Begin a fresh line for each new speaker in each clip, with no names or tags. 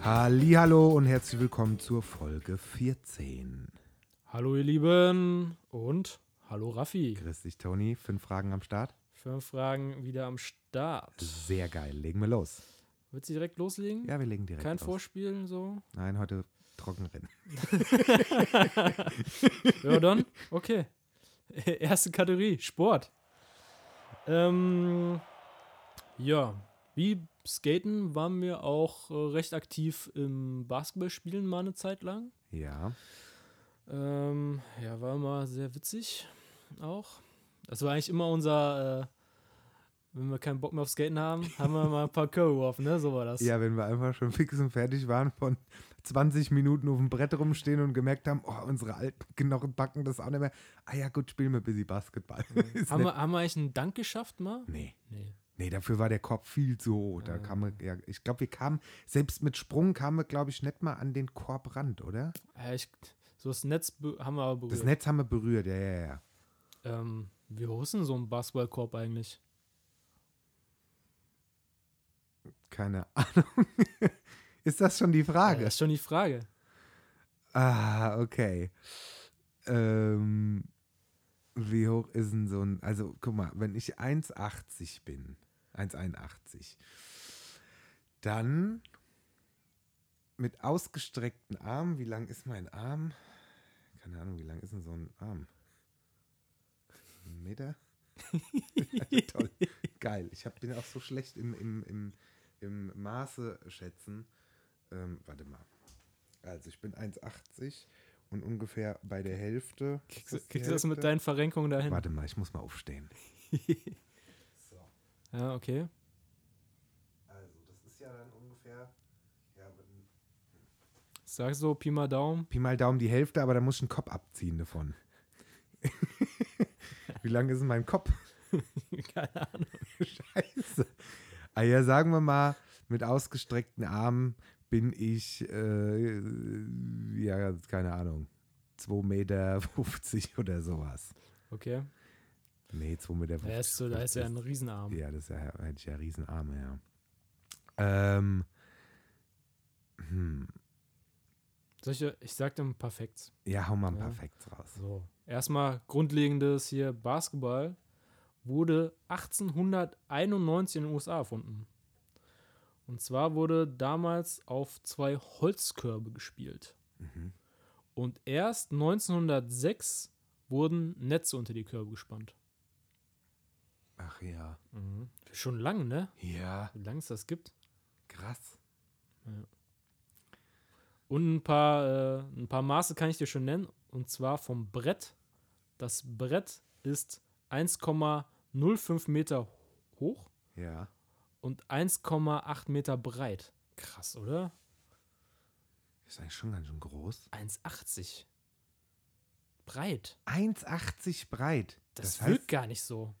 Hallo und herzlich willkommen zur Folge 14.
Hallo ihr Lieben und hallo Raffi.
Grüß dich, Toni. Fünf Fragen am Start.
Fünf Fragen wieder am Start.
Sehr geil. Legen wir los.
Willst du direkt loslegen?
Ja, wir legen direkt
Kein
los.
Vorspielen so?
Nein, heute trocken rennen.
Ja, dann? Okay. Erste Kategorie, Sport. Ähm, ja, wie Skaten waren wir auch äh, recht aktiv im Basketballspielen mal eine Zeit lang.
Ja.
Ähm, ja, war immer sehr witzig auch. Das war eigentlich immer unser, äh, wenn wir keinen Bock mehr auf Skaten haben, haben wir mal ein paar Curry geworfen, ne? So war das.
Ja, wenn wir einfach schon fix und fertig waren von 20 Minuten auf dem Brett rumstehen und gemerkt haben, oh, unsere alten Knochen backen das auch nicht mehr. Ah ja, gut, spielen wir busy Basketball. Ist
Haben
nicht-
wir, haben wir eigentlich einen Dank geschafft mal?
nee.
Nee.
Nee, dafür war der Korb viel zu hoch.
Mhm.
Da kam man, ja, ich glaube, wir kamen, selbst mit Sprung kamen wir, glaube ich, nicht mal an den Korbrand, oder?
Ja, ich, so das Netz be- haben wir aber berührt.
Das Netz haben wir berührt, ja, ja, ja.
ähm, wie hoch ist denn so ein Basketballkorb eigentlich?
Keine Ahnung. Ist das schon die
Ja,
Frage?
das Äh, ist schon die Frage.
Ah, okay. Ähm, wie hoch ist denn so ein. Also, guck mal, wenn ich 1,80 bin, 1,81, dann mit ausgestreckten Armen, wie lang ist mein Arm? Keine Ahnung, wie lang ist denn so ein Arm? Ein Meter? Also Toll. Geil. Ich hab, bin auch so schlecht im, im, im, im Maße schätzen. Ähm, warte mal. Also ich bin 1,80 und ungefähr bei der Hälfte.
Kriegst,
Ist
du-
das die
kriegst du das mit
Hälfte?
deinen Verrenkungen dahin?
Warte mal, ich muss mal aufstehen.
Ja, okay.
Also das ist ja dann ungefähr. Ja, wenn-
Sag so, Pi mal Daumen.
Pi mal Daumen die Hälfte, aber da muss ich einen Kopf abziehen davon. Wie lang ist denn mein Kopf?
Keine Ahnung.
Scheiße. Ah ja, sagen wir mal, mit ausgestreckten Armen bin ich, äh, ja, keine Ahnung, 2,50 Meter oder sowas.
Okay.
Nee, 2,50 Meter.
Da ist, so, da ist ja ein Riesenarm.
Ja, das ist ja, hätte ich ja Riesenarme, ja. Ähm, hm,
Solche, ich sag dir ein paar Facts.
ja, hau mal ein
Ja.
paar Facts raus.
So, erstmal grundlegendes hier: Basketball wurde 1891 in den USA erfunden. Und zwar wurde damals auf zwei Holzkörbe gespielt. Und erst 1906 wurden Netze unter die Körbe gespannt.
Ach ja.
Schon lang, ne?
Ja,
Wie lange es das gibt.
krass.
Und ein paar, äh, ein paar Maße kann ich dir schon nennen. Und zwar vom Brett. Das Brett ist 1,05 Meter hoch.
Ja.
und 1,8 Meter breit. Krass, oder?
Ist eigentlich schon ganz schön groß.
1,80 breit.
1,80 breit.
Das,
heißt-
wirkt gar nicht so.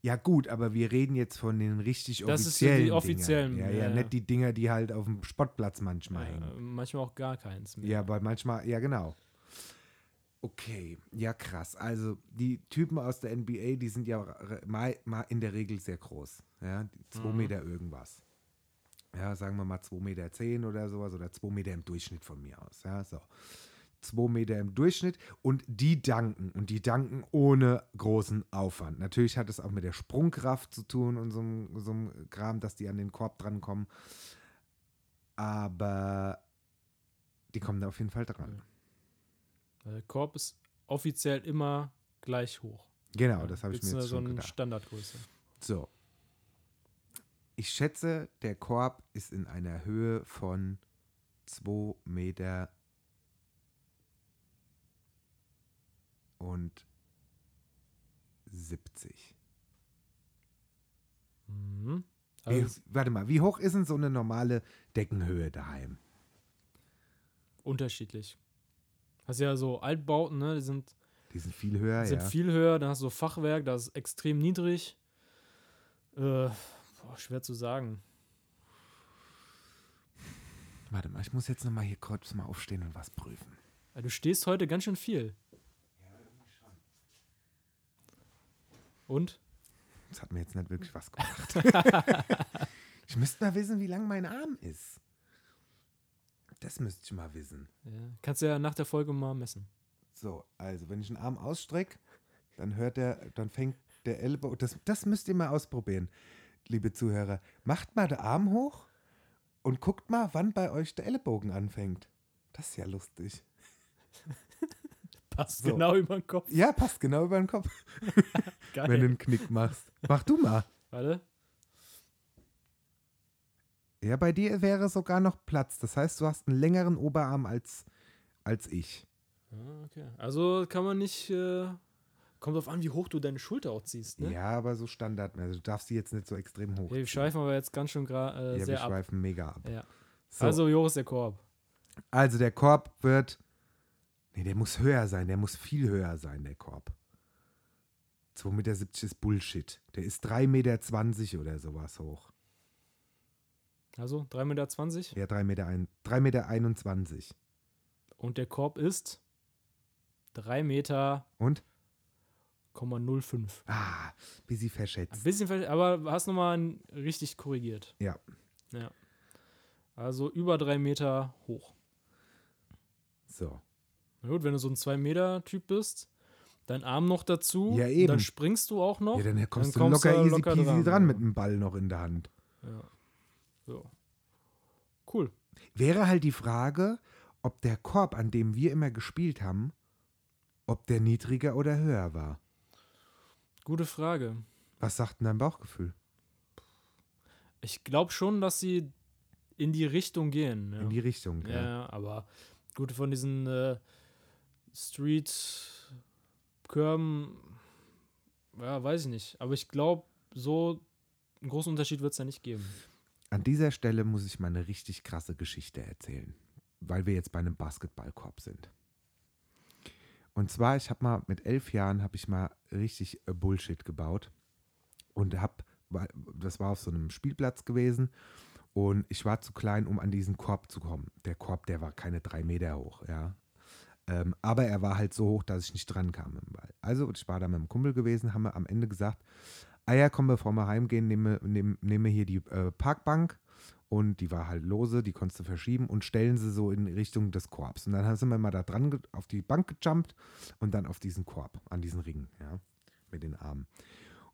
Ja, gut, aber wir reden jetzt von den richtig
Das ist so die
offiziellen.
offiziellen,
Dinger. Ja, ja,
ja, ja.
nicht die Dinger, die halt auf dem Sportplatz manchmal
Äh,
hängen.
manchmal auch gar keins mehr.
Ja, aber manchmal, ja, genau. Okay, ja, krass. Also, die Typen aus der NBA, die sind ja re- mei- ma- in der Regel sehr groß. Ja, die zwei Meter irgendwas. Ja, sagen wir mal 2,10 Meter zehn oder sowas oder 2 Meter im Durchschnitt von mir aus. Ja, so. 2 Meter im Durchschnitt und die danken und die danken ohne großen Aufwand. Natürlich hat es auch mit der Sprungkraft zu tun und so einem so einem Kram, dass die an den Korb drankommen. Aber die kommen da auf jeden Fall dran.
Weil Der Korb ist offiziell immer gleich hoch.
Genau, das habe ich
Gibt's
mir jetzt
so
schon
eine
gedacht.
Standardgröße.
So. Ich schätze, der Korb ist in einer Höhe von 2 Meter und 70.
Mhm.
Wie,
Also,
warte mal, wie hoch ist denn so eine normale Deckenhöhe daheim?
unterschiedlich. Hast ja so Altbauten, ne? Die sind,
Die sind viel höher,
sind
Ah, ja.
viel höher. Dann hast du so Fachwerk, das ist extrem niedrig. Äh, boah, schwer zu sagen.
Warte mal, ich muss jetzt nochmal hier kurz mal aufstehen und was prüfen.
Äh, Du stehst heute ganz schön viel. Und?
Das hat mir jetzt nicht wirklich was gebracht. ich müsste mal wissen, wie lang mein Arm ist. Das müsste ich mal wissen.
Ja. Kannst du ja nach der Folge mal messen.
So, also wenn ich einen Arm ausstrecke, dann hört der, dann fängt der Ellbogen. Das, das müsst ihr mal ausprobieren, liebe Zuhörer. Macht mal den Arm hoch und guckt mal, wann bei euch der Ellbogen anfängt. Das ist ja lustig.
Passt
So.
genau über den Kopf.
Ja, passt genau über den Kopf,
Geil.
wenn du einen Knick machst. Mach du mal.
Warte.
Ja, bei dir wäre sogar noch Platz. Das heißt, du hast einen längeren Oberarm als, als ich.
Ah, okay. Also kann man nicht. Äh, kommt drauf an, wie hoch du deine Schulter auch ziehst, ne?
Ja, aber so standardmäßig. Du darfst die jetzt nicht so extrem hoch.
Ey, wir schweifen aber jetzt ganz schön gra- äh,
ja, wir
sehr ab.
schweifen mega ab.
Ja.
So, also,
Also, Joris der Korb.
also der Korb wird. Nee, der muss höher sein. Der muss viel höher sein, der Korb. 2,70 Meter ist Bullshit. Der ist 3,20 Meter oder sowas hoch.
Also 3,20 Meter.
Ja, 3,21 Meter. Ein, 3,21 Meter.
Und der Korb ist 3,05 Meter.
Und?
Ein
Ah, bis sie verschätzt.
bisschen, ver- aber hast nochmal richtig korrigiert.
Ja.
Ja. Also über 3 Meter hoch.
So.
Na gut, wenn du so ein 2-Meter-Typ bist, dein Arm noch dazu,
Ja, eben.
dann springst du auch noch.
Ja, dann kommst
dann kommst
du
du
locker,
locker
easy peasy
dran,
dran,
ja.
mit dem Ball noch in der Hand.
Ja. So. Cool.
Wäre halt die Frage, ob der Korb, an dem wir immer gespielt haben, ob der niedriger oder höher war.
Gute Frage.
Was sagt denn dein Bauchgefühl?
Ich glaube schon, dass sie in die Richtung gehen. Ja.
In die Richtung.
Ja,
Ja.
ja, aber gut, von diesen äh, Street-Körben, ja, weiß ich nicht. Aber ich glaube, so einen großen Unterschied wird es da nicht geben.
An dieser Stelle muss ich mal eine richtig krasse Geschichte erzählen, weil wir jetzt bei einem Basketballkorb sind. Und zwar, ich habe mal mit elf Jahren habe ich mal richtig äh, Bullshit gebaut und habe, das war auf so einem Spielplatz gewesen und ich war zu klein, um an diesen Korb zu kommen. Der Korb, der war keine drei Meter hoch, ja. Ähm, aber er war halt so hoch, dass ich nicht dran kam mit dem Ball. Also ich war da mit dem Kumpel gewesen, haben wir am Ende gesagt, ah ja, komm, bevor wir heimgehen, nehme, nehme, nehme hier die äh, Parkbank und die war halt lose, die konntest du verschieben und stellen sie so in Richtung des Korbs. Und dann sind wir mal da dran ge- auf die Bank gejumpt und dann auf diesen Korb, an diesen Ring, ja, mit den Armen.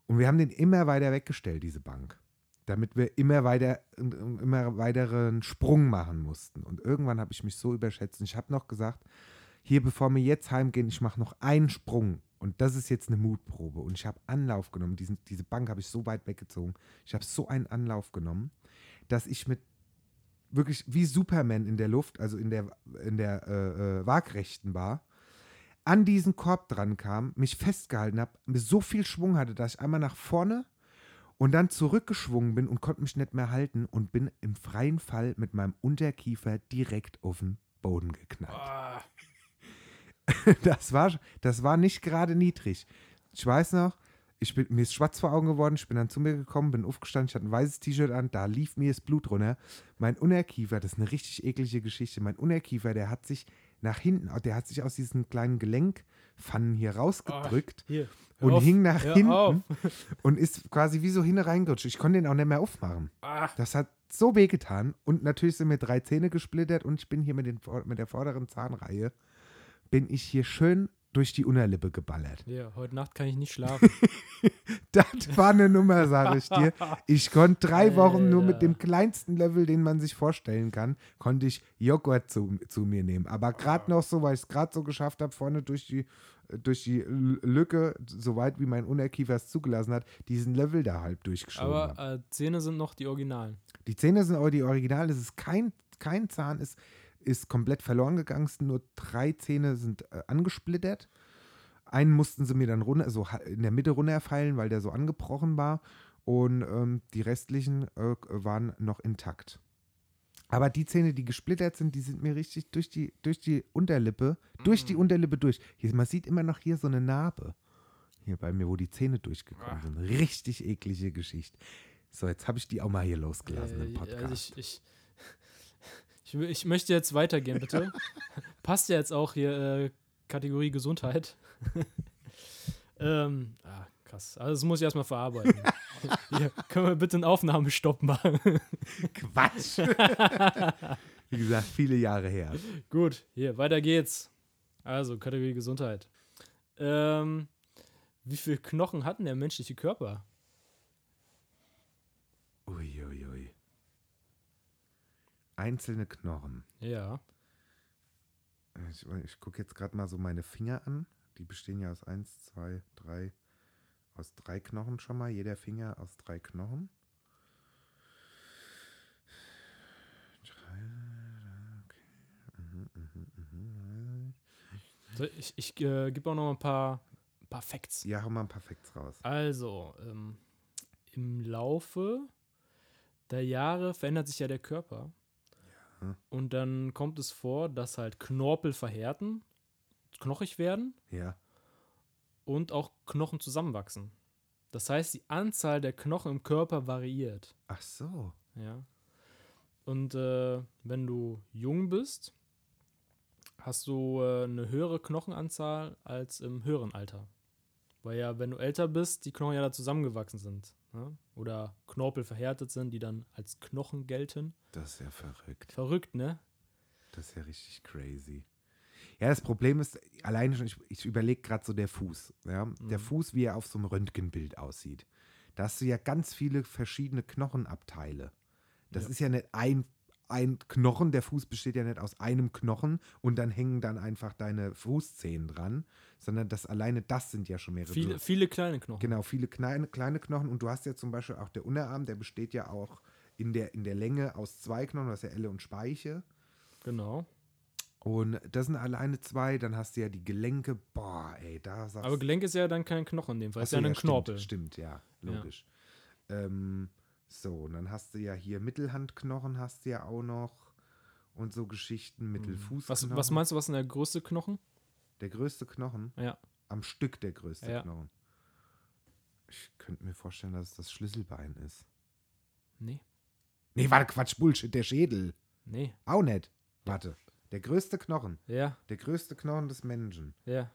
Und wir haben den immer weiter weggestellt, diese Bank, damit wir immer weiter, äh, immer weiteren Sprung machen mussten. Und irgendwann habe ich mich so überschätzt und ich habe noch gesagt, hier, bevor wir jetzt heimgehen, ich mache noch einen Sprung. Und das ist jetzt eine Mutprobe. Und ich habe Anlauf genommen. Diesen, diese Bank habe ich so weit weggezogen. Ich habe so einen Anlauf genommen, dass ich mit wirklich wie Superman in der Luft, also in der, in der äh, äh, Waagrechten war, an diesen Korb dran kam, mich festgehalten habe, mir so viel Schwung hatte, dass ich einmal nach vorne und dann zurückgeschwungen bin und konnte mich nicht mehr halten und bin im freien Fall mit meinem Unterkiefer direkt auf den Boden geknallt.
Ah,
Das war, das war nicht gerade niedrig. Ich weiß noch, ich bin, mir ist schwarz vor Augen geworden, ich bin dann zu mir gekommen, bin aufgestanden, ich hatte ein weißes T-Shirt an, da lief mir das Blut runter. Mein Unterkiefer, das ist eine richtig eklige Geschichte, mein Unterkiefer, der hat sich nach hinten, der hat sich aus diesen kleinen Gelenkpfannen hier rausgedrückt
hier. hör
und
auf,
hing nach
hör
hinten
auf.
und ist quasi wie so hin reingerutscht. Ich konnte den auch nicht mehr aufmachen.
Ah,
Das hat so weh getan. Und natürlich sind mir drei Zähne gesplittert und ich bin hier mit, den, vor- mit der vorderen Zahnreihe, bin ich hier schön durch die Unterlippe geballert.
ja, heute Nacht kann ich nicht schlafen.
Das war eine Nummer, sage ich dir. Ich konnte drei Wochen nur mit
Alter.
dem kleinsten Level, den man sich vorstellen kann, konnte ich Joghurt zu, zu mir nehmen. Aber gerade noch so, weil ich es gerade so geschafft habe, vorne durch die, durch die L- Lücke, so weit wie mein Unerkiefer es zugelassen hat, diesen Level da halb durchgeschoben habe.
aber äh, Zähne sind noch die Originalen.
Die Zähne sind aber die Original, es ist kein, kein Zahn, ist, ist komplett verloren gegangen, es sind nur drei Zähne sind äh, angesplittert. Einen mussten sie mir dann runter, so ha- in der Mitte runterfeilen, weil der so angebrochen war. Und ähm, die restlichen äh, waren noch intakt. Aber die Zähne, die gesplittert sind, die sind mir richtig durch die, durch die Unterlippe, durch
Mm.
die Unterlippe durch. Hier, man sieht immer noch hier so eine Narbe. Hier bei mir, wo die Zähne durchgekommen sind. Richtig eklige Geschichte. So, jetzt habe ich die auch mal hier losgelassen im
Äh,
Podcast.
also ich, ich, ich, wö- ich möchte jetzt weitergehen, bitte. Passt ja jetzt auch hier äh, Kategorie Gesundheit. ähm, ah, krass. Also das muss ich erstmal verarbeiten. hier, können wir bitte einen Aufnahmestopp machen?
Quatsch! Wie gesagt, viele Jahre her.
Gut, hier, weiter geht's. Also, Kategorie Gesundheit. Ähm, wie viele Knochen hat denn der menschliche Körper?
Uiuiui. Ui, ui. Einzelne Knochen.
Ja.
Ich, ich gucke jetzt gerade mal so meine Finger an. Die bestehen ja aus 1, 2, 3, aus drei Knochen schon mal. Jeder Finger aus drei Knochen.
So, ich ich äh, gebe auch noch mal ein paar, ein paar Facts.
Ja, hau mal ein paar Facts raus.
Also, ähm, im Laufe der Jahre verändert sich ja der Körper. Und dann kommt es vor, dass halt Knorpel verhärten, knochig werden
Ja.
und auch Knochen zusammenwachsen. Das heißt, die Anzahl der Knochen im Körper variiert.
Ach so.
Ja. Und äh, wenn du jung bist, hast du äh, eine höhere Knochenanzahl als im höheren Alter. Weil ja, wenn du älter bist, die Knochen ja da zusammengewachsen sind. Ne? Oder Knorpel verhärtet sind, die dann als Knochen gelten.
Das ist ja verrückt.
Verrückt, ne?
Das ist ja richtig crazy. Ja, das Problem ist, alleine schon, ich, ich überlege gerade so der Fuß. Ja? Der
Mhm.
Fuß, wie er auf so einem Röntgenbild aussieht. Da hast du ja ganz viele verschiedene Knochenabteile. Das
Ja.
ist ja nicht ein, ein Knochen, der Fuß besteht ja nicht aus einem Knochen und dann hängen dann einfach deine Fußzehen dran, sondern das alleine, das sind ja schon mehrere.
Viele, viele kleine Knochen.
Genau, viele kleine, kleine Knochen. Und du hast ja zum Beispiel auch der Unterarm, der besteht ja auch in der, in der Länge aus zwei Knochen, das ist ja Elle und Speiche.
Genau.
Und das sind alleine zwei, dann hast du ja die Gelenke. Boah, ey, da sagst
Aber Gelenk ist ja dann kein Knochen in dem Fall. Ist
Achso,
ja ein Knorpel.
Stimmt, stimmt, ja,
Ja.
logisch. Ähm, so, und dann hast du ja hier Mittelhandknochen, hast du ja auch noch. Und so Geschichten, Mittelfußknochen.
Mhm. Was, was meinst du, was ist denn der größte Knochen?
Der größte Knochen,
Ja.
am Stück der größte
Ja.
Knochen. Ich könnte mir vorstellen, dass es das Schlüsselbein ist.
Nee.
Nee, warte, Quatsch, Bullshit, der Schädel.
Nee.
Auch nicht. Warte. Der größte Knochen.
Ja,
Der größte Knochen des Menschen.
ja.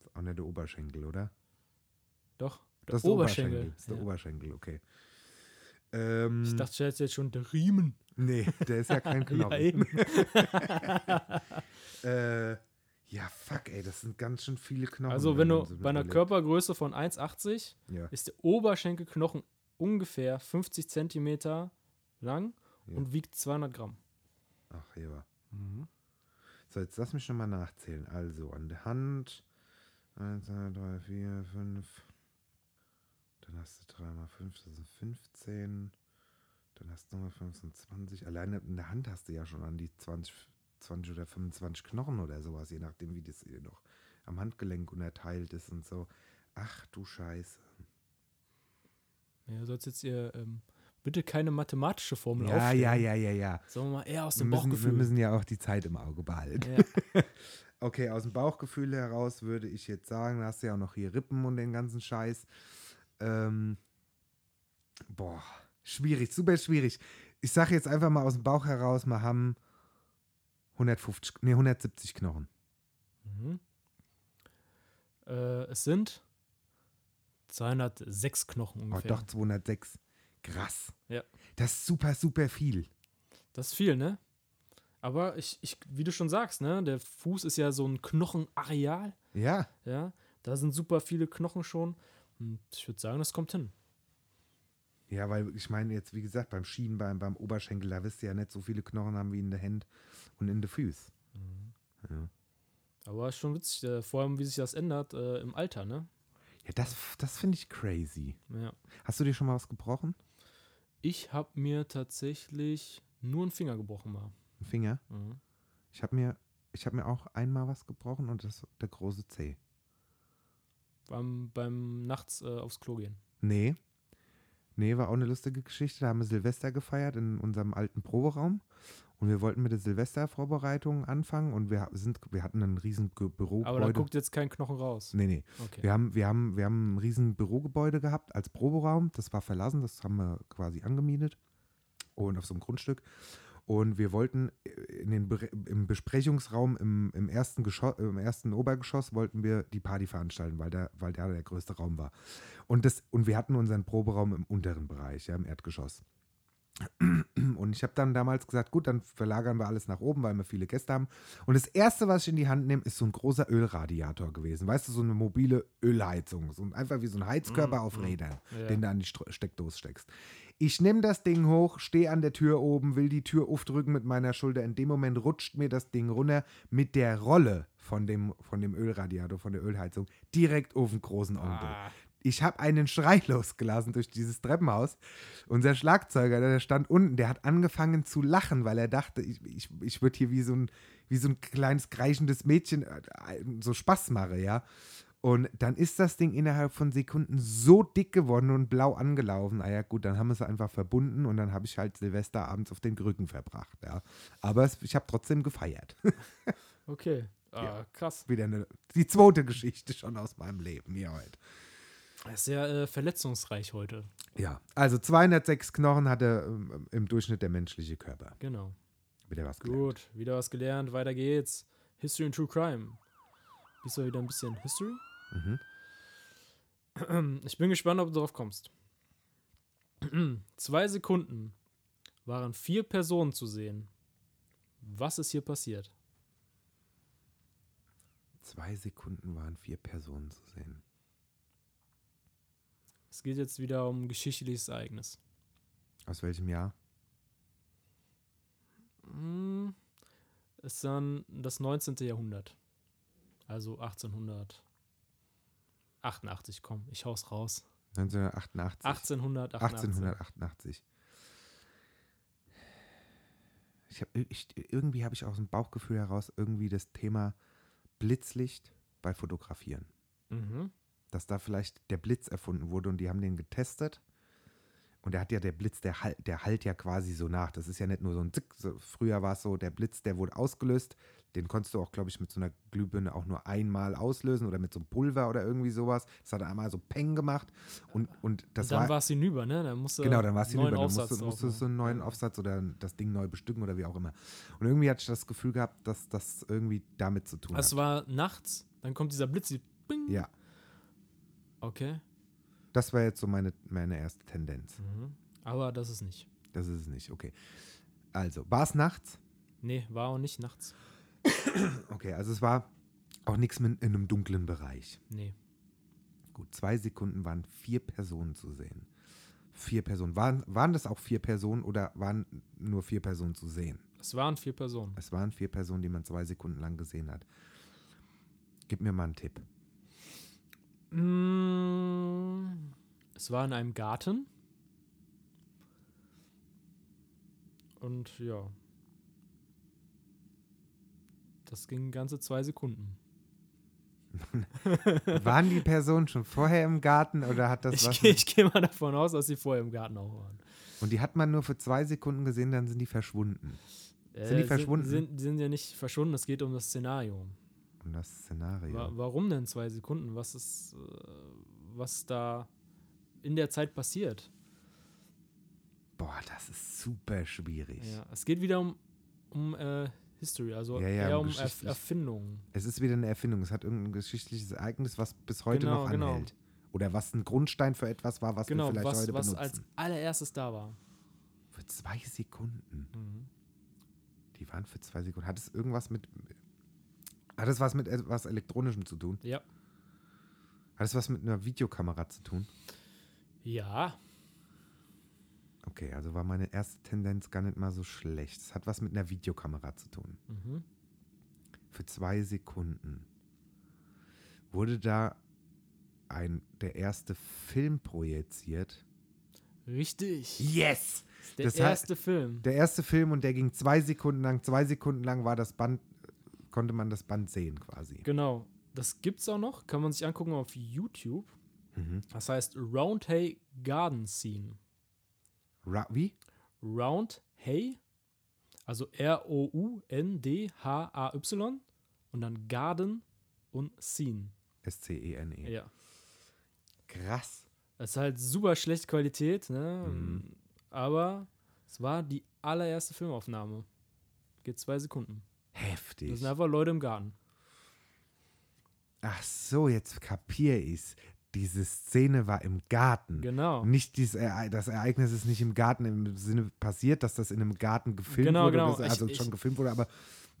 Ist Auch nicht der Oberschenkel, oder?
Doch. Der
Das ist
Oberschenkel.
Das ist der
ja.
Oberschenkel, okay. Ähm,
Ich dachte, ich hätte jetzt schon der Riemen.
nee, der ist ja kein Knochen.
Ja, eben.
äh, ja, fuck, ey, das sind ganz schön viele Knochen.
Also wenn du
man so
bei einer
überlegt.
Körpergröße von 1,80
Ja,
ist der Oberschenkelknochen ungefähr 50 Zentimeter lang
Ja. Mhm.
und wiegt 200 Gramm.
ach, ja. So, jetzt lass mich nochmal nachzählen. Also, an der Hand. 1, 2, 3, 4, 5. Dann hast du 3 mal 5, das sind 15. Dann hast du nochmal 25. Alleine in der Hand hast du ja schon an die 20, 20 oder 25 Knochen oder sowas, je nachdem, wie das hier noch am Handgelenk unterteilt ist und so. Ach du Scheiße.
Ja, sollst jetzt ihr ähm, bitte keine mathematische Formel
Ja,
aufstellen.
ja, ja, ja, ja.
Sollen wir mal eher aus
Wir
dem
müssen, wir
Bauchgefühl.
müssen ja auch die Zeit im Auge behalten.
ja,
Okay, aus dem Bauchgefühl heraus würde ich jetzt sagen, da hast du ja auch noch hier Rippen und den ganzen Scheiß. Ähm, boah, schwierig, super schwierig. Ich sage jetzt einfach mal aus dem Bauch heraus, wir haben 150, nee, 170 Knochen.
mhm. äh, es sind 206 Knochen
Oh,
ungefähr.
doch, 206. Krass.
Ja.
Das ist super, super viel.
Das ist viel, ne? Aber ich, ich, wie du schon sagst, ne, der Fuß ist ja so ein Knochenareal.
Ja,
Ja, da sind super viele Knochen schon. Und ich würde sagen, das kommt hin.
ja, weil ich meine jetzt, wie gesagt, beim Schienbein, beim Oberschenkel, da wirst du ja nicht so viele Knochen haben wie in der Hand und in den Füßen.
Aber ist schon witzig, äh, vor allem, wie sich das ändert äh, im Alter, ne?
Ja, das, das finde ich crazy.
Ja.
Hast du dir schon mal was gebrochen?
Ich habe mir tatsächlich nur einen Finger gebrochen mal.
Ein Finger?
Mhm.
Ich habe mir, ich habe mir auch einmal was gebrochen und das der große C.
Beim, beim Nachts äh, aufs Klo gehen.
Nee. Nee, war auch eine lustige Geschichte. Da haben wir Silvester gefeiert in unserem alten Proberaum. Und wir wollten mit der Silvestervorbereitung anfangen und wir, sind, wir hatten ein riesen Ge- Bürogebäude.
Aber da guckt jetzt kein Knochen raus.
Oh, nee, nee.
Okay.
Wir haben, wir, haben, wir haben ein riesen Bürogebäude gehabt als Proberaum. Das war verlassen, das haben wir quasi angemietet und auf so einem Grundstück. Und wir wollten äh, in den, Bere- im Besprechungsraum im, im, ersten Geschoss, im ersten Obergeschoss wollten wir die Party veranstalten, weil da weil der, der größte Raum war. Und, das, und wir hatten unseren Proberaum im unteren Bereich, ja, im Erdgeschoss. Und ich habe dann damals gesagt, gut, dann verlagern wir alles nach oben, weil wir viele Gäste haben. Und das Erste, was ich in die Hand nehme, ist so ein großer Ölradiator gewesen. Weißt du, so eine mobile Ölheizung. So ein, einfach wie so ein Heizkörper auf Rädern,
Mm, Ja.
den du an die Stro- Steckdose steckst. Ich nehme das Ding hoch, stehe an der Tür oben, will die Tür aufdrücken mit meiner Schulter. In dem Moment rutscht mir das Ding runter mit der Rolle von dem, von dem Ölradiator, von der Ölheizung, direkt auf den großen Onkel.
Ah.
Ich habe einen Schrei losgelassen durch dieses Treppenhaus. Unser Schlagzeuger, der der stand unten, der hat angefangen zu lachen, weil er dachte, ich, ich, ich würde hier wie so, ein, wie so ein kleines kreischendes Mädchen äh, äh, so Spaß machen, ja. Und dann ist das Ding innerhalb von Sekunden so dick geworden und blau angelaufen. Ah ja, gut, dann haben wir es einfach verbunden und dann habe ich halt Silvester abends auf den Krücken verbracht, ja. Aber es, ich habe trotzdem gefeiert.
Okay. Ah, krass.
Wieder eine, die zweite Geschichte schon aus meinem Leben hier heute.
Sehr äh, verletzungsreich heute.
Ja, also 206 Knochen hatte ähm, im Durchschnitt der menschliche Körper.
Genau.
Wieder was gelernt.
Gut, wieder was gelernt, weiter geht's. History and True Crime. Diesmal wieder ein bisschen History. Ich bin gespannt, ob du drauf kommst. Zwei Sekunden waren vier Personen zu sehen. Was ist hier passiert?
Zwei Sekunden waren vier Personen zu sehen.
Es geht jetzt wieder um ein geschichtliches Ereignis.
Aus welchem Jahr?
Hm, Ist dann das 19. Jahrhundert. Also 1888, komm, ich hau's raus.
1988.
1888.
1888. Ich hab, ich, irgendwie habe ich aus dem Bauchgefühl heraus irgendwie das Thema Blitzlicht bei Fotografieren.
Mhm.
dass da vielleicht der Blitz erfunden wurde und die haben den getestet. Und der hat ja der Blitz, der halt, der halt ja quasi so nach. Das ist ja nicht nur so ein Zick. So, früher war es so, der Blitz, der wurde ausgelöst. Den konntest du auch, glaube ich, mit so einer Glühbirne auch nur einmal auslösen oder mit so einem Pulver oder irgendwie sowas. Das hat er einmal so Peng gemacht. Und, und das
dann
war.
war es hinüber, ne? Dann musste
Genau, dann war es hinüber. Dann musst
Aufsatz ne?
du, musst du
drauf
so einen neuen Aufsatz oder das Ding neu bestücken oder wie auch immer. Und irgendwie hatte ich das Gefühl gehabt, dass das irgendwie damit zu tun
machen.
hat.
Also es war nachts, dann kommt dieser Blitz, die bing.
ja,
Okay.
das war jetzt so meine, meine erste Tendenz.
Mhm. Aber das ist nicht.
Das ist es nicht, okay. Also, war es nachts?
Nee, war auch nicht nachts.
Okay, also es war auch nichts mit in einem dunklen Bereich.
Nee.
Gut, zwei Sekunden waren vier Personen zu sehen. Vier Personen. Waren, waren das auch vier Personen oder waren nur vier Personen zu sehen?
Es waren vier Personen.
Es waren vier Personen, die man zwei Sekunden lang gesehen hat. Gib mir mal einen Tipp.
Mm, Es war in einem Garten. Und ja. Das ging ganze zwei Sekunden.
Waren die Personen schon vorher im Garten oder hat das
Ich
was?
gehe geh mal davon aus, dass sie vorher im Garten auch waren.
Und die hat man nur für zwei Sekunden gesehen, dann sind die verschwunden.
Äh,
die verschwunden?
Sind, sind, sind ja nicht verschwunden, es geht um das Szenario.
Und das Szenario.
Wa warum denn zwei Sekunden? Was ist, äh, was da in der Zeit passiert?
Boah, das ist super schwierig.
Ja, es geht wieder um, um äh, History, also
Ja, ja,
eher
um
um Erf
geschichtlich-
Erfindungen.
Es ist wieder eine Erfindung. Es hat irgendein geschichtliches Ereignis, was bis heute
Genau,
noch
genau.
anhält. Oder was ein Grundstein für etwas war, was wir
Genau,
vielleicht
was,
heute
was
benutzen.
als allererstes da war.
für zwei Sekunden. Die waren für zwei Sekunden. Hat es irgendwas mit. Hat es was mit etwas Elektronischem zu tun?
Ja.
Hat es was mit einer Videokamera zu tun?
Ja,
Okay, also war meine erste Tendenz gar nicht mal so schlecht. Es hat was mit einer Videokamera zu tun.
mhm.
Für zwei Sekunden. Wurde da ein, der erste Film projiziert?
richtig.
Yes!
Der
das heißt-
erste Film.
Der erste Film und der ging zwei Sekunden lang. Zwei Sekunden lang war das Band, konnte man das Band sehen quasi.
Genau. Das gibt's auch
Mhm.
noch, kann man sich angucken auf YouTube. Das heißt Roundhay Garden Scene.
Ra wie?
Round Hay, also R-O-U-N-D-H-A-Y und dann Garden und Scene.
S-C-E-N-E.
Ja.
Krass.
Es ist halt super schlechte Qualität, ne?
Mhm.
Aber es war die allererste Filmaufnahme. Geht zwei Sekunden. Das
Heftig.
sind einfach Leute im Garten.
Ach so, jetzt kapier ich's. Diese Szene war im Garten.
Genau.
Nicht dieses Erei- das Ereignis ist nicht im Garten im Sinne passiert, dass das in einem Garten gefilmt
Genau,
wurde,
genau.
dass- also
Ich- ich-
schon gefilmt wurde, aber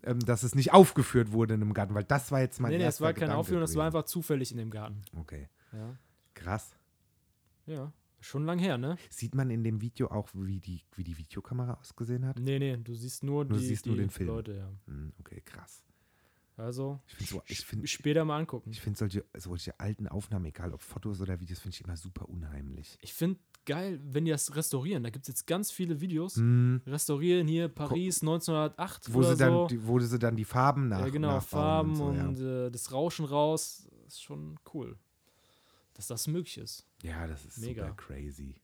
ähm, dass es nicht aufgeführt wurde in einem Garten, weil das war jetzt mein
Nee, nee, es
erster
war keine
Gedanke
Aufführung, das war
gewesen.
einfach zufällig in dem Garten.
Okay,
Ja.
krass.
Ja. Schon lang her, ne?
Sieht man in dem Video auch, wie die, wie die Videokamera ausgesehen hat?
Nee, nee, du siehst nur,
Du
die,
siehst
die
nur den Film.
Leute, ja.
Hm, okay, krass.
Also,
Ich finde so, ich find,
sp- später mal angucken.
ich find solche, solche alten Aufnahmen, egal ob Fotos oder Videos, finde ich immer super unheimlich.
Ich finde geil, wenn die das restaurieren. Da gibt es jetzt ganz viele Videos.
Hm,
Restaurieren hier Paris 1908
wo,
oder
sie dann,
so.
die, wo sie dann die Farben nach,
ja, genau,
nachbauen
Farben
und
und,
so, ja.
äh, das Rauschen raus. Ist schon cool, dass das möglich ist.
Ja, das ist
Mega.
super crazy.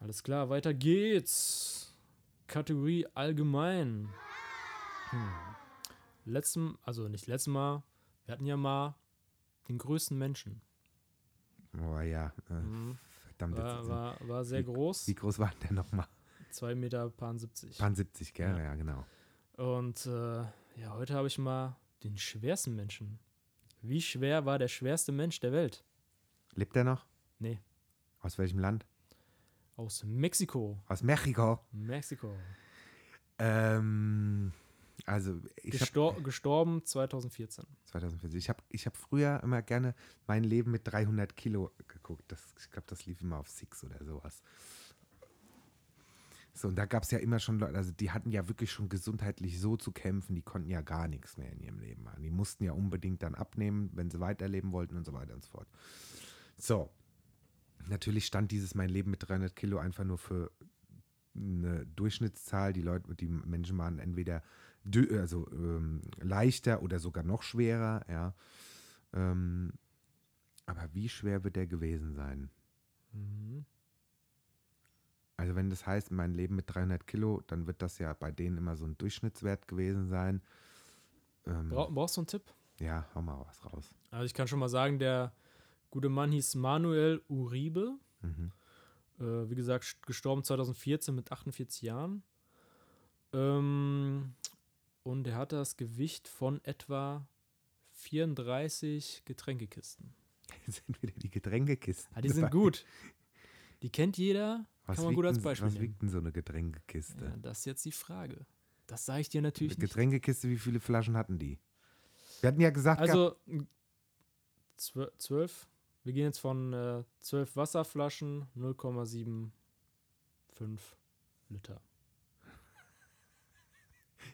Alles klar, weiter geht's. Kategorie allgemein. Hm. Letzten, also nicht letztes Mal, wir hatten ja mal den größten Menschen.
Oh ja, äh,
Mhm.
verdammt. Jetzt,
War, war, war sehr
wie-
groß,
wie groß war denn der nochmal?
2,70 Meter. paar 70.
Pan 70, gell?
Ja.
Ja, genau.
Und äh, ja, heute habe ich mal den schwersten Menschen. Wie schwer war der schwerste Mensch der Welt?
Lebt er noch?
Nee,
Aus welchem Land?
aus Mexiko.
Aus Mexiko.
Mexiko.
Ähm, also ich habe
Gestor gestorben 2014.
2014. Ich habe ich hab früher immer gerne mein Leben mit 300 Kilo geguckt. Das, ich glaube, das lief immer auf Six oder sowas. So, und da gab es ja immer schon Leute, also die hatten ja wirklich schon gesundheitlich so zu kämpfen, die konnten ja gar nichts mehr in ihrem Leben machen. Die mussten ja unbedingt dann abnehmen, wenn sie weiterleben wollten und so weiter und so fort. So, natürlich stand dieses Mein Leben mit 300 Kilo einfach nur für eine Durchschnittszahl. Die Leute, die Menschen waren entweder dü- also, ähm, leichter oder sogar noch schwerer, ja. Ähm, aber wie schwer wird der gewesen sein?
Mhm.
Also wenn das heißt, mein Leben mit 300 Kilo, dann wird das ja bei denen immer so ein Durchschnittswert gewesen sein. Ähm,
Bra brauchst du einen Tipp?
ja, hau mal was raus.
Also ich kann schon mal sagen, der gute Mann hieß Manuel Uribe.
Mhm.
Äh, wie gesagt, st- gestorben 2014 mit 48 Jahren. Ähm, und er hatte das Gewicht von etwa 34 Getränkekisten.
Jetzt sind wieder die Getränkekisten.
Ah, die sind
dabei.
gut. Die kennt jeder,
Was
kann man gut
wiegt
als
denn-
Beispiel
Was
nehmen.
wiegt denn so eine
Ja,
Getränkekiste?
das ist jetzt die Frage. Das sage ich dir
eine
natürlich nicht.
Getränkekiste, wie viele Flaschen hatten die? Wir hatten ja gesagt, gehabt-
Also zwö- zwölf. Wir gehen jetzt von äh, zwölf Wasserflaschen, 0,75 Liter.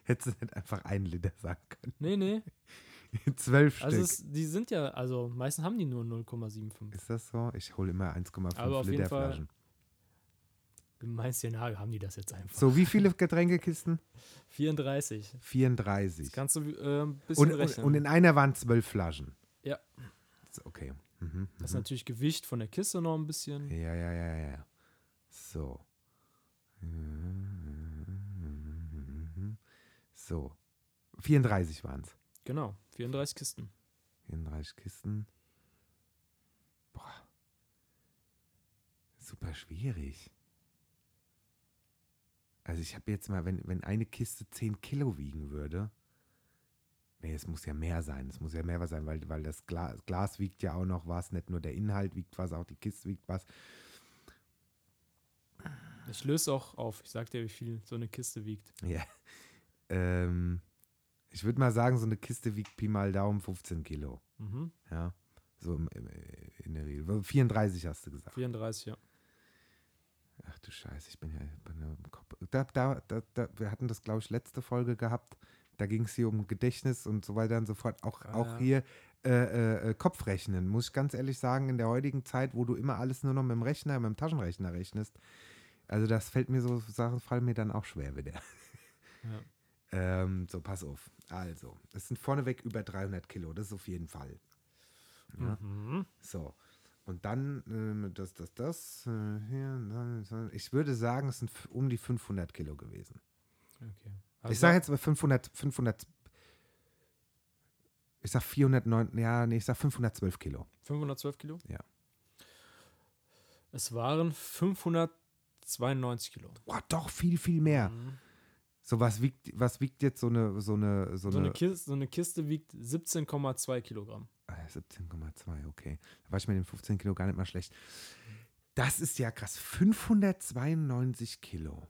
hättest du nicht einfach einen Liter sagen können.
Nee, nee.
Zwölf
Also
Stück.
es, die sind ja, also meistens haben die nur 0,75.
Ist das so? Ich hole immer
Aber
1,5
auf jeden
Liter
Fall-
Flaschen.
Im meisten Nagel haben die das jetzt einfach.
So, wie viele Getränkekisten?
34. Das
34.
kannst du äh, ein bisschen
Und, und,
rechnen.
und in einer waren zwölf Flaschen.
Ja.
So, Okay. Mhm,
das ist
mhm.
natürlich Gewicht von der Kiste noch ein bisschen.
Ja, ja, ja, ja, ja. So. So. 34 waren es.
Genau, 34 Kisten.
34 Kisten. Boah. Super schwierig. Also ich habe jetzt mal, wenn, wenn eine Kiste 10 Kilo wiegen würde. Nee, es muss ja mehr sein. Es muss ja mehr was sein, weil, weil das Glas, Glas wiegt ja auch noch was. Nicht nur der Inhalt wiegt was, auch die Kiste wiegt was.
Ich löse auch auf. Ich sag dir, wie viel so eine Kiste wiegt.
Ja. Ähm, ich würde mal sagen, so eine Kiste wiegt Pi mal Daumen 15 Kilo.
Mhm.
Ja. So im, im, in der Regel. 34 hast du gesagt.
34, ja.
Ach du Scheiße, ich bin ja bin ja im Kopf. Da, da, da, da, wir hatten das, glaube ich, letzte Folge gehabt. Da ging es hier um Gedächtnis und so weiter und so fort. Auch,
Ah, ja.
auch hier äh, äh, äh, Kopfrechnen. Muss ich ganz ehrlich sagen, in der heutigen Zeit, wo du immer alles nur noch mit dem Rechner, mit dem Taschenrechner rechnest, also das fällt mir so, Sachen fallen mir dann auch schwer wieder.
Ja.
Ähm, so, pass auf. Also, es sind vorneweg über 300 Kilo, das ist auf jeden Fall. Ja.
Mhm.
So. Und dann äh, das, das, das. äh, hier, dann, dann. Ich würde sagen, es sind f- um die 500 Kilo gewesen.
Okay. Also
ich sage jetzt mal 500, 500. Ich sag 409, ja, nee, ich sag 512 Kilo.
512 Kilo?
Ja.
Es waren 592 Kilo.
Boah, doch viel, viel mehr.
Mhm.
So, was wiegt, was wiegt jetzt so eine, so eine, so,
So, eine
eine,
Kiste, so eine Kiste wiegt 17,2 Kilogramm.
Ah, 17,2, okay. Da war ich mit den 15 Kilo gar nicht mal schlecht. Das ist ja krass. 592 Kilo.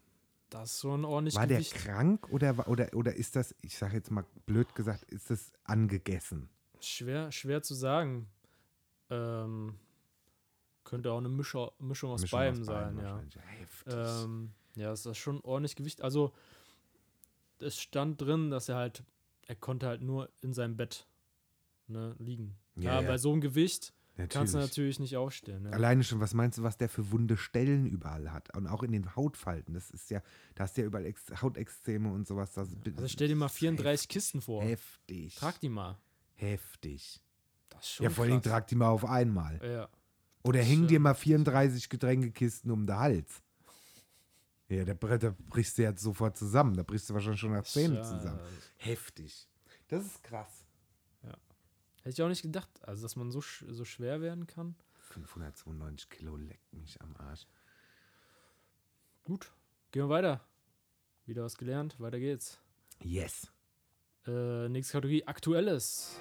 Das ist schon ordentlich
War der
Gewicht.
krank oder, wa- oder, oder ist das, ich sage jetzt mal blöd gesagt, ist das angegessen?
Schwer, schwer zu sagen. Ähm, könnte auch eine Mischung, Mischung aus
Mischung
beidem
aus
sein,
beidem
ja.
wahrscheinlich. Heftig.
Ähm, ja, es ist schon ordentlich Gewicht. Also, es stand drin, dass er halt, er konnte halt nur in seinem Bett ne, liegen.
Ja,
Ja,
ja.
bei so einem Gewicht kannst du
Natürlich.
natürlich nicht aufstehen. Ne?
Alleine schon, was meinst du, was der für wunde Stellen überall hat? Und auch in den Hautfalten. Das ist ja, da hast du ja überall Ex Hautextreme und sowas. Das
Also stell dir mal 34 Kisten vor.
Heftig.
Trag die mal.
Heftig.
Das ist schon
Ja, vor allem
krass.
trag die mal auf einmal.
Ja.
Oder
Das,
häng
äh,
dir mal 34 Getränkekisten um den Hals. Ja, da, br- da brichst du ja sofort zusammen. Da brichst du wahrscheinlich schon nach
Das,
10
äh,
zusammen. Heftig. Das ist krass.
Hätte ich auch nicht gedacht, also dass man so, sch so schwer werden kann.
592 Kilo leckt mich am Arsch.
Gut, gehen wir weiter. Wieder was gelernt, weiter geht's.
Yes.
Äh, nächste Kategorie, Aktuelles.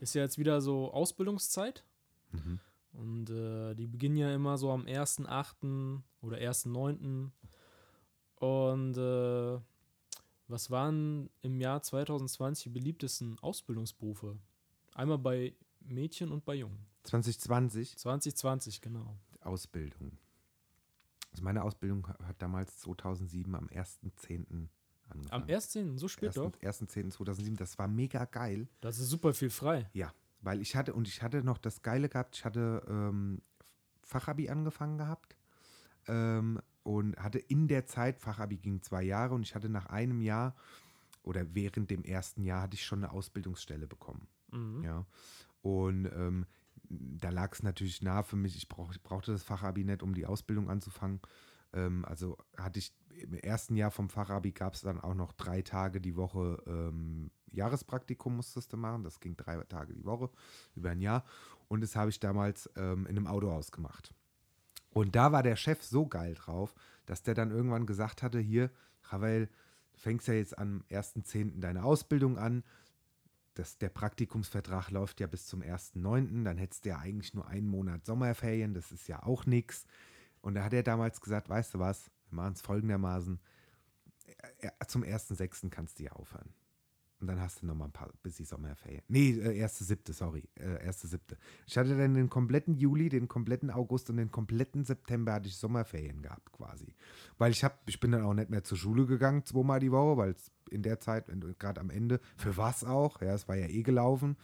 Ist ja jetzt wieder so Ausbildungszeit.
Mhm.
Und äh, die beginnen ja immer so am 1.8. oder 1.9. Und äh, was waren im Jahr 2020 die beliebtesten Ausbildungsberufe? Einmal bei Mädchen und bei Jungen.
2020
2020, genau.
Ausbildung. Also meine Ausbildung ha- hat damals 2007 am 1.10. angefangen.
Am 1.10., so spät doch.
1.10.2007. Das war mega geil.
Das ist super viel frei.
Ja, weil ich hatte, und ich hatte noch das Geile gehabt, ich hatte ähm, Fachabi angefangen gehabt ähm, und hatte in der Zeit, Fachabi ging zwei Jahre und ich hatte nach einem Jahr oder während dem ersten Jahr hatte ich schon eine Ausbildungsstelle bekommen.
Mhm.
Ja. Und ähm, da lag es natürlich nah für mich, ich, brauch, ich brauchte das Fachabi nicht, um die Ausbildung anzufangen. Ähm, also hatte ich im ersten Jahr vom Fachabi gab es dann auch noch drei Tage die Woche ähm, Jahrespraktikum musstest du machen. Das ging drei Tage die Woche über ein Jahr. Und das habe ich damals ähm, in einem Autohaus gemacht. Und da war der Chef so geil drauf, dass der dann irgendwann gesagt hatte, hier, Ravel, du fängst ja jetzt am 1.10. deine Ausbildung an. Das, der Praktikumsvertrag läuft ja bis zum 1.9., dann hättest du ja eigentlich nur einen Monat Sommerferien, das ist ja auch nichts. Und da hat er damals gesagt, weißt du was, wir machen es folgendermaßen, Ä- ä- äh, zum 1.6. kannst du ja aufhören. Und dann hast du nochmal ein paar bis die Sommerferien. Nee, äh, 1.7., sorry, äh, 1.7. Ich hatte dann den kompletten Juli, den kompletten August und den kompletten September hatte ich Sommerferien gehabt quasi. Weil ich, hab, ich bin dann auch nicht mehr zur Schule gegangen, zweimal die Woche, weil es in der Zeit, wenn du- gerade am Ende, für was auch, ja, es war ja eh gelaufen.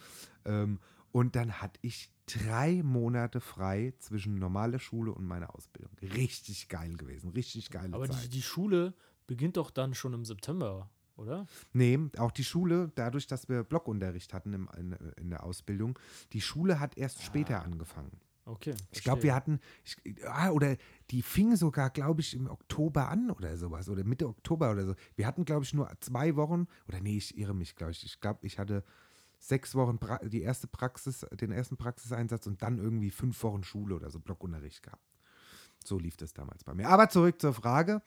Ähm, und dann hatte ich drei Monate frei zwischen normale Schule und meiner Ausbildung. Richtig geil gewesen, richtig geile
Aber
Zeit.
die, die Schule beginnt doch dann schon im September, oder?
Nee, auch die Schule, dadurch, dass wir Blockunterricht hatten im, in, in der Ausbildung, die Schule hat
Ah,
erst später angefangen.
Okay.
Ich glaube, wir hatten, ich, ah, oder die fing sogar, glaube ich, im Oktober an oder sowas, oder Mitte Oktober oder so. Wir hatten, glaube ich, nur zwei Wochen, oder nee, ich irre mich, glaube ich. Ich glaube, ich hatte sechs Wochen pra die erste Praxis, den ersten Praxiseinsatz und dann irgendwie fünf Wochen Schule oder so, Blockunterricht gehabt. So lief das damals bei mir. Aber zurück zur Frage.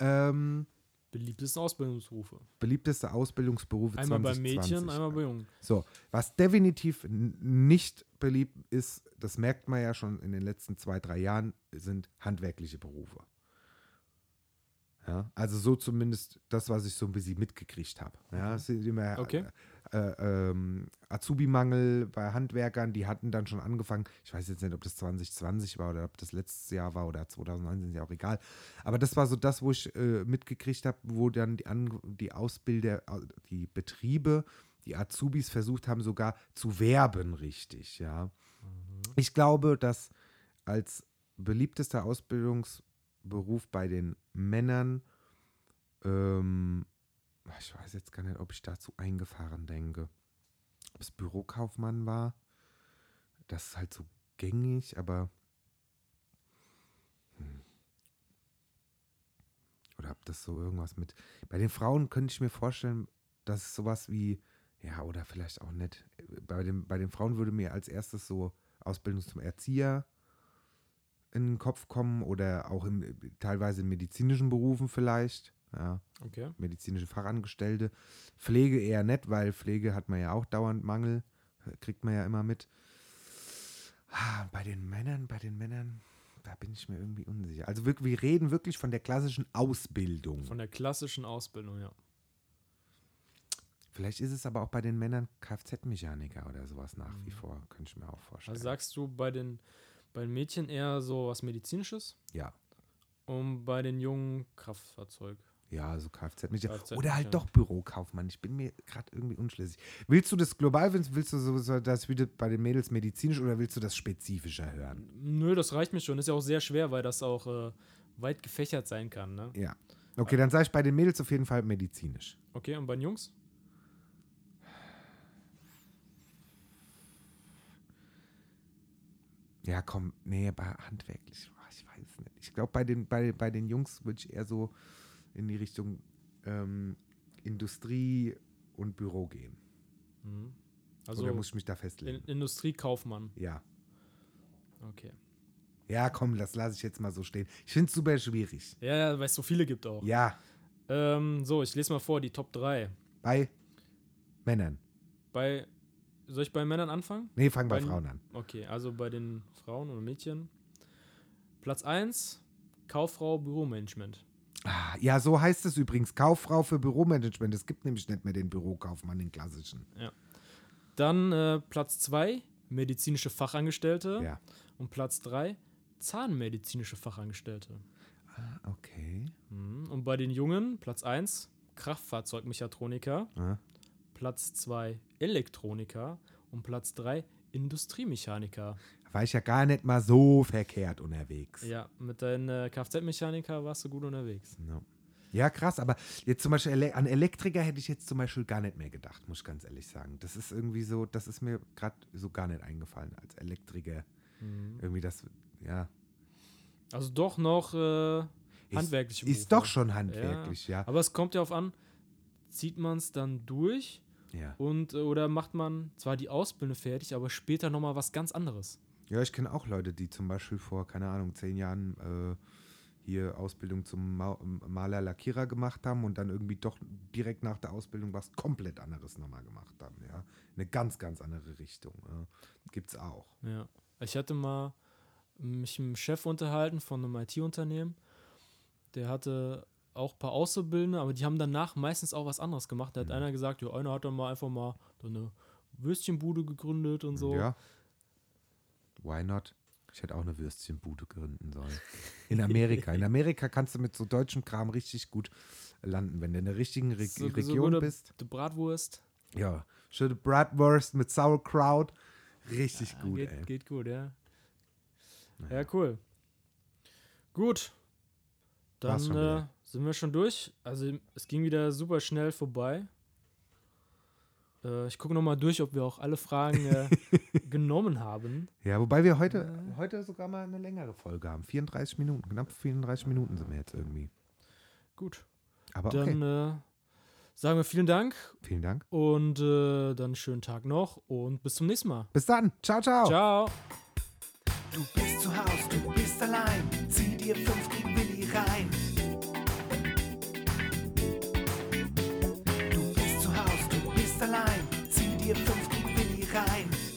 Ähm,
Beliebtesten Ausbildungsrufe.
beliebteste Ausbildungsberufe
Einmal bei
2020.
Mädchen, einmal bei Jungen.
So, was definitiv n- nicht beliebt ist, das merkt man ja schon in den letzten zwei, drei Jahren, sind handwerkliche Berufe. Ja, also so zumindest das, was ich so ein bisschen mitgekriegt habe. Ja, es sind immer
Okay.
äh, äh, ähm, Azubi-Mangel bei Handwerkern, die hatten dann schon angefangen. Ich weiß jetzt nicht, ob das 2020 war oder ob das letztes Jahr war oder 2019, ist ja auch egal. Aber das war so das, wo ich äh, mitgekriegt habe, wo dann die, An die Ausbilder, au- die Betriebe, die Azubis versucht haben, sogar zu werben, richtig, ja. Ich glaube, dass als beliebtester Ausbildungsberuf bei den Männern, ähm, ich weiß jetzt gar nicht, ob ich dazu eingefahren denke, ob es Bürokaufmann war, das ist halt so gängig, aber. Hm. Oder ob das so irgendwas mit. Bei den Frauen könnte ich mir vorstellen, dass es sowas wie. Ja, oder vielleicht auch nicht. Bei, dem, bei den Frauen würde mir als erstes so Ausbildung zum Erzieher in den Kopf kommen oder auch im, teilweise in medizinischen Berufen vielleicht. Ja,
Okay.
medizinische Fachangestellte. Pflege eher nett, weil Pflege hat man ja auch dauernd Mangel. Kriegt man ja immer mit. Ah, Bei den Männern, bei den Männern, da bin ich mir irgendwie unsicher. Also wirklich, wir reden wirklich von der klassischen Ausbildung.
Von der klassischen Ausbildung, ja.
Vielleicht ist es aber auch bei den Männern Kfz-Mechaniker oder sowas nach wie vor, könnte ich mir auch vorstellen.
Also sagst du bei den, bei den Mädchen eher so was Medizinisches
ja,
und bei den Jungen Kraftfahrzeug.
ja, so Kfz-Mechaniker.
Kfz-Mechaniker.
oder halt doch Bürokaufmann. Ich bin mir gerade irgendwie unschlüssig. Willst du das global, willst willst du sowieso das wieder bei den Mädels medizinisch oder willst du das spezifischer hören?
Nö, das reicht mir schon. Ist ja auch sehr schwer, weil das auch äh, weit gefächert sein kann, ne?
Ja. Okay, dann sage ich bei den Mädels auf jeden Fall medizinisch.
Okay, und bei den Jungs?
Ja, komm, nee, bei handwerklich, ah, ich weiß es nicht. Ich glaube, bei den, bei, bei den Jungs würde ich eher so in die Richtung ähm, Industrie und Büro gehen.
Mhm. Also
Oder muss ich mich da
in,
festlegen?
Industriekaufmann.
ja.
Okay.
Ja, komm, das lasse ich jetzt mal so stehen. Ich finde es super schwierig.
Ja, ja, weil es so viele gibt auch.
Ja,
Ähm, so, ich lese mal vor, die Top 3.
bei Männern.
Bei, soll ich bei Männern anfangen?
Nee, fang bei,
Bei-
Frauen an.
Okay, also bei den Frauen oder Mädchen. Platz 1, Kauffrau Büromanagement.
Ah, ja, so heißt es übrigens. Kauffrau für Büromanagement. Es gibt nämlich nicht mehr den Bürokaufmann, den klassischen.
Dann äh, Platz 2, medizinische Fachangestellte.
Ja.
Und Platz 3, zahnmedizinische Fachangestellte.
Ah, Okay.
Mhm. Und bei den Jungen, Platz 1, Kraftfahrzeugmechatroniker.
Ja.
Platz 2, Elektroniker. Und Platz 3, Industriemechaniker.
war ich ja gar nicht mal so verkehrt unterwegs. Ja,
Ja, mit deinem äh, Kfz-Mechaniker warst du gut unterwegs.
ja krass, aber jetzt zum Beispiel Ele an Elektriker hätte ich jetzt zum Beispiel gar nicht mehr gedacht, muss ich ganz ehrlich sagen. Das ist irgendwie so, das ist mir gerade so gar nicht eingefallen als Elektriker. Irgendwie das, ja.
Also doch noch äh, handwerkliche
Ist, ist
Berufe.
doch schon handwerklich, ja.
Aber es kommt ja auf an, zieht man es dann durch
Ja,
und äh, oder macht man zwar die Ausbildung fertig, aber später nochmal was ganz anderes.
ja ich kenne auch Leute, die zum Beispiel vor, keine Ahnung, zehn Jahren äh, hier Ausbildung zum Ma Maler, Lackierer gemacht haben und dann irgendwie doch direkt nach der Ausbildung was komplett anderes nochmal gemacht haben, ja. Eine ganz, ganz andere Richtung. Ja. Gibt's auch.
Ja. Ich hatte mal mich mit einem Chef unterhalten von einem IT-Unternehmen, der hatte auch ein paar Auszubildende, aber die haben danach meistens auch was anderes gemacht. Da hat einer gesagt, ja, einer hat dann mal einfach mal so eine Würstchenbude gegründet und so.
Ja. Why not? Ich hätte auch eine Würstchenbude gründen sollen. In Amerika. In Amerika kannst du mit so deutschem Kram richtig gut landen, wenn du in der richtigen Re
So- so
Region
gute
bist.
Bratwurst.
Ja. Schöne Bratwurst mit Sauerkraut. Richtig gut,
Ah, geht,
ey.
Geht gut, ja. Ja, cool. Gut. Dann
War's schon
äh,
wieder.
sind wir schon durch. Also es ging wieder super schnell vorbei. Äh, ich gucke nochmal durch, ob wir auch alle Fragen äh, genommen haben.
Ja, wobei wir heute, heute sogar mal eine längere Folge haben. 34 Minuten, knapp 34 Minuten sind wir jetzt irgendwie.
Gut.
Aber okay,
Dann äh, sagen wir vielen Dank
vielen Dank.
und äh, dann schönen Tag noch und bis zum nächsten Mal.
Bis dann. Ciao, ciao.
Ciao.
Du bist zu Haus, du bist allein. Zieh dir fünf gegen Willi rein. Du bist zu Haus, du bist allein. Zieh dir fünf gegen Willi rein.